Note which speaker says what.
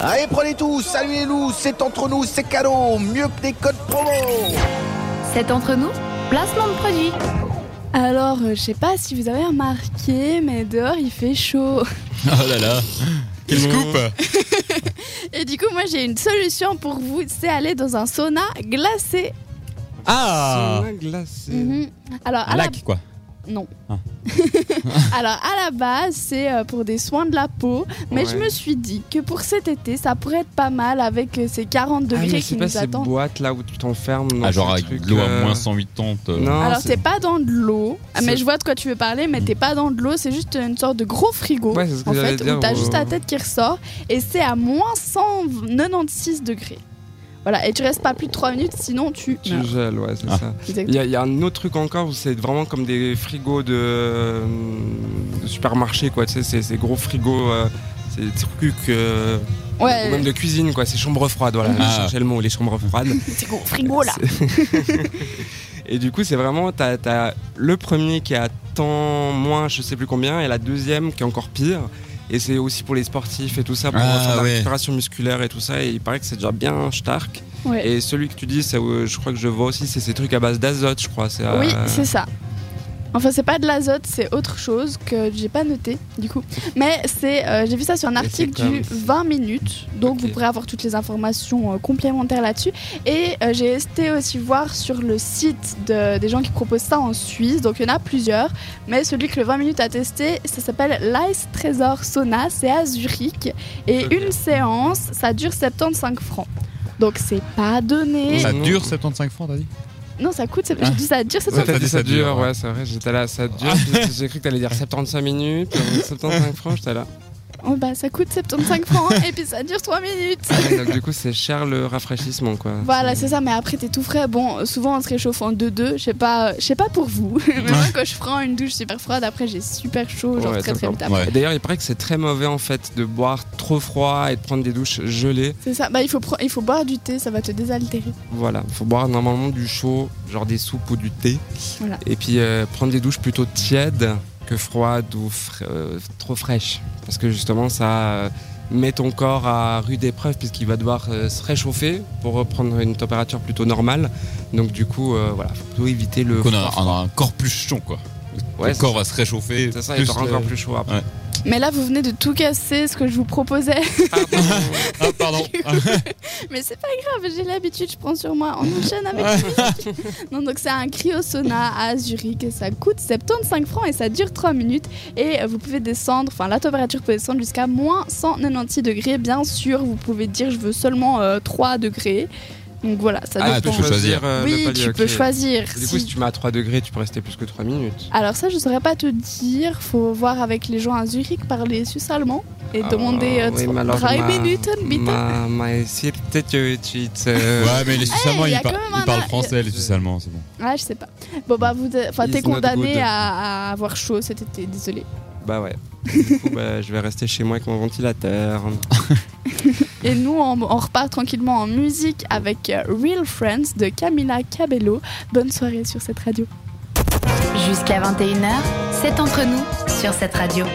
Speaker 1: Allez, prenez tout, saluez nous c'est entre nous, c'est cadeau, mieux que des codes promo.
Speaker 2: C'est entre nous, placement de produit.
Speaker 3: Alors, euh, je sais pas si vous avez remarqué, mais dehors il fait chaud.
Speaker 4: Oh là là. Quel scoop
Speaker 3: Et du coup, moi j'ai une solution pour vous, c'est aller dans un sauna glacé.
Speaker 4: Ah
Speaker 5: Sauna glacée.
Speaker 3: Mhm. Alors,
Speaker 5: Ah,
Speaker 4: Un
Speaker 3: à la...
Speaker 4: lac, quoi.
Speaker 3: Non.
Speaker 4: Ah.
Speaker 3: Alors, à la base, c'est euh, pour des soins de la peau, mais je
Speaker 5: Ouais.
Speaker 3: me suis dit que pour cet été, ça pourrait être pas mal avec euh, ces 40
Speaker 5: Ah,
Speaker 3: degrés
Speaker 5: mais
Speaker 3: qui
Speaker 5: c'est pas
Speaker 3: nous
Speaker 5: ces
Speaker 3: attendent.
Speaker 5: boîtes là où tu t'enfermes. dans
Speaker 4: Ah, genre
Speaker 5: ces
Speaker 4: avec
Speaker 5: trucs,
Speaker 4: de l'eau à
Speaker 5: euh,
Speaker 4: moins 180. euh,
Speaker 5: Non,
Speaker 3: Alors,
Speaker 5: Hein, c'est-
Speaker 3: t'es pas dans de l'eau, Ah, mais
Speaker 5: C'est-
Speaker 3: je vois de quoi tu veux parler, mais t'es pas dans de l'eau, c'est juste une sorte de gros frigo.
Speaker 5: Ouais, c'est ce que
Speaker 3: en
Speaker 5: j'allais
Speaker 3: fait,
Speaker 5: dire.
Speaker 3: où t'as
Speaker 5: euh,
Speaker 3: juste ta tête qui ressort et c'est à moins 196 degrés. Voilà, et tu restes pas plus de 3 minutes, sinon tu
Speaker 5: Tu
Speaker 3: meurs.
Speaker 5: gèles, ouais, c'est
Speaker 4: Ah.
Speaker 5: ça.
Speaker 3: Exact.
Speaker 5: Il y, a- il y a un autre truc encore où c'est vraiment comme des frigos de, euh, de supermarché, quoi. Tu sais, c'est ces gros frigos, euh, ces trucs, euh, ou même
Speaker 3: Ouais, Mhm.
Speaker 5: de cuisine, quoi. Ces chambres froides, voilà.
Speaker 4: Ah.
Speaker 5: Je cherchais le mot, les chambres froides.
Speaker 3: c'est gros frigo là.
Speaker 5: C'est- et du coup, c'est vraiment, t'as, t'as le premier qui a tant moins, je sais plus combien, et la deuxième qui est encore pire. Et c'est aussi pour les sportifs et tout ça, pour
Speaker 4: Ah,
Speaker 5: faire de la
Speaker 4: ouais.
Speaker 5: récupération musculaire et tout ça. Et il paraît que c'est déjà bien stark.
Speaker 3: Ouais.
Speaker 5: Et celui que tu dis, c'est, euh, je crois que je vois aussi, c'est ces trucs à base d'azote, je crois. C'est, euh,
Speaker 3: Oui, c'est ça. Enfin, c'est pas de l'azote, c'est autre chose que j'ai pas noté du coup. Mais c'est, euh, j'ai vu ça sur un
Speaker 5: Et c'est
Speaker 3: article du
Speaker 5: comme-
Speaker 3: 20 minutes, donc
Speaker 5: Ok.
Speaker 3: vous pourrez avoir toutes les informations euh, complémentaires là-dessus. Et euh, j'ai été aussi voir sur le site de- des gens qui proposent ça en Suisse, donc il y en a plusieurs. Mais celui que le 20 minutes a testé, ça s'appelle l'Ice Trésor Sauna, c'est à Zurich. Et
Speaker 5: Ok.
Speaker 3: une séance, ça dure 75 francs. Donc c'est pas donné.
Speaker 4: Ça
Speaker 5: non.
Speaker 4: dure 75 francs, t'as dit
Speaker 3: Non, ça coûte, c'est-
Speaker 4: Hein
Speaker 3: j'ai dit ça dure
Speaker 5: Ouais,
Speaker 3: 75
Speaker 5: t'as dit ça dure, ouais, c'est vrai, j'étais là, ça dure. puis J'ai cru que t'allais dire 75 minutes, euh, 75 francs, j'étais là.
Speaker 3: Oh bah ça coûte 75 francs hein, et puis ça dure 3 minutes.
Speaker 5: Ouais, Ah, donc, du coup, c'est cher le rafraîchissement, quoi.
Speaker 3: Voilà, c'est ça, mais après t'es tout frais. Bon, euh, souvent on se réchauffe en 2-2, je sais pas, euh, je sais pas pour vous. mais moi quand je prends une douche super froide, après j'ai super chaud, genre
Speaker 5: Ouais,
Speaker 3: très très
Speaker 5: d'accord.
Speaker 3: vite après.
Speaker 4: Ouais.
Speaker 5: Et D'ailleurs, il paraît que c'est très mauvais en fait de boire trop froid et de prendre des douches gelées.
Speaker 3: C'est ça, bah il faut, pre- il faut boire du thé, ça va te désaltérer.
Speaker 5: Voilà, faut boire normalement du chaud, genre des soupes ou du thé.
Speaker 3: Voilà.
Speaker 5: Et puis euh, prendre des douches plutôt tièdes que froides ou fra- euh, trop fraîches. Parce que justement, ça euh, met ton corps à rude épreuve puisqu'il va devoir euh, se réchauffer pour reprendre une température plutôt normale. Donc du coup, euh, voilà, faut plutôt éviter le.
Speaker 4: Qu'on
Speaker 5: froid.
Speaker 4: a, on a un corps plus chaud, quoi.
Speaker 5: Ouais,
Speaker 4: le
Speaker 5: c'est-
Speaker 4: corps va se réchauffer.
Speaker 5: C'est ça,
Speaker 4: plus
Speaker 5: il sera
Speaker 4: le-
Speaker 5: encore plus chaud après.
Speaker 3: Mais là vous venez de tout casser ce que je vous proposais.
Speaker 5: Pardon.
Speaker 4: Ah, pardon.
Speaker 3: mais c'est pas grave, j'ai l'habitude, je prends sur moi. On enchaîne avec la musique. Non, donc c'est un cryosauna à Zurich et ça coûte 75 francs et ça dure 3 minutes. Et euh, vous pouvez descendre, enfin la température peut descendre jusqu'à moins 196 degrés, bien sûr. Vous pouvez dire je veux seulement euh, 3 degrés. Donc voilà, ça
Speaker 4: Ah,
Speaker 3: dépend.
Speaker 4: tu peux choisir.
Speaker 5: euh, le
Speaker 3: oui,
Speaker 5: palier,
Speaker 3: tu
Speaker 5: ok.
Speaker 3: peux choisir.
Speaker 5: Du coup,
Speaker 3: si-
Speaker 5: si tu mets à 3 degrés, tu peux rester plus que 3 minutes.
Speaker 3: Alors ça, je saurais pas te dire. Faut voir avec les gens à Zurich, parler suisse allemand et demander euh,
Speaker 5: Ah, oui, mais alors,
Speaker 3: 3
Speaker 5: ma-
Speaker 3: minutes, bitte.
Speaker 5: Ma, ma, si, peut-être que tu te-
Speaker 4: Ouais, mais les Suisses
Speaker 3: Eh,
Speaker 4: allemands,
Speaker 3: il y
Speaker 4: ils,
Speaker 3: a
Speaker 4: par-
Speaker 3: quand même
Speaker 4: ils
Speaker 3: un-
Speaker 4: parlent français, les Suisses allemands, c'est bon.
Speaker 3: Ah, je sais pas. Bon, bah, vous, enfin,
Speaker 5: It's
Speaker 3: t'es
Speaker 5: not
Speaker 3: condamné
Speaker 5: good.
Speaker 3: à, à avoir chaud cet été, désolé.
Speaker 5: Bah ouais. Du coup, bah, je vais rester chez moi avec mon ventilateur.
Speaker 3: Et nous, on, on repart tranquillement en musique avec euh, Real Friends de Camila Cabello. Bonne soirée sur cette radio.
Speaker 2: Jusqu'à 21h, c'est entre nous sur cette radio.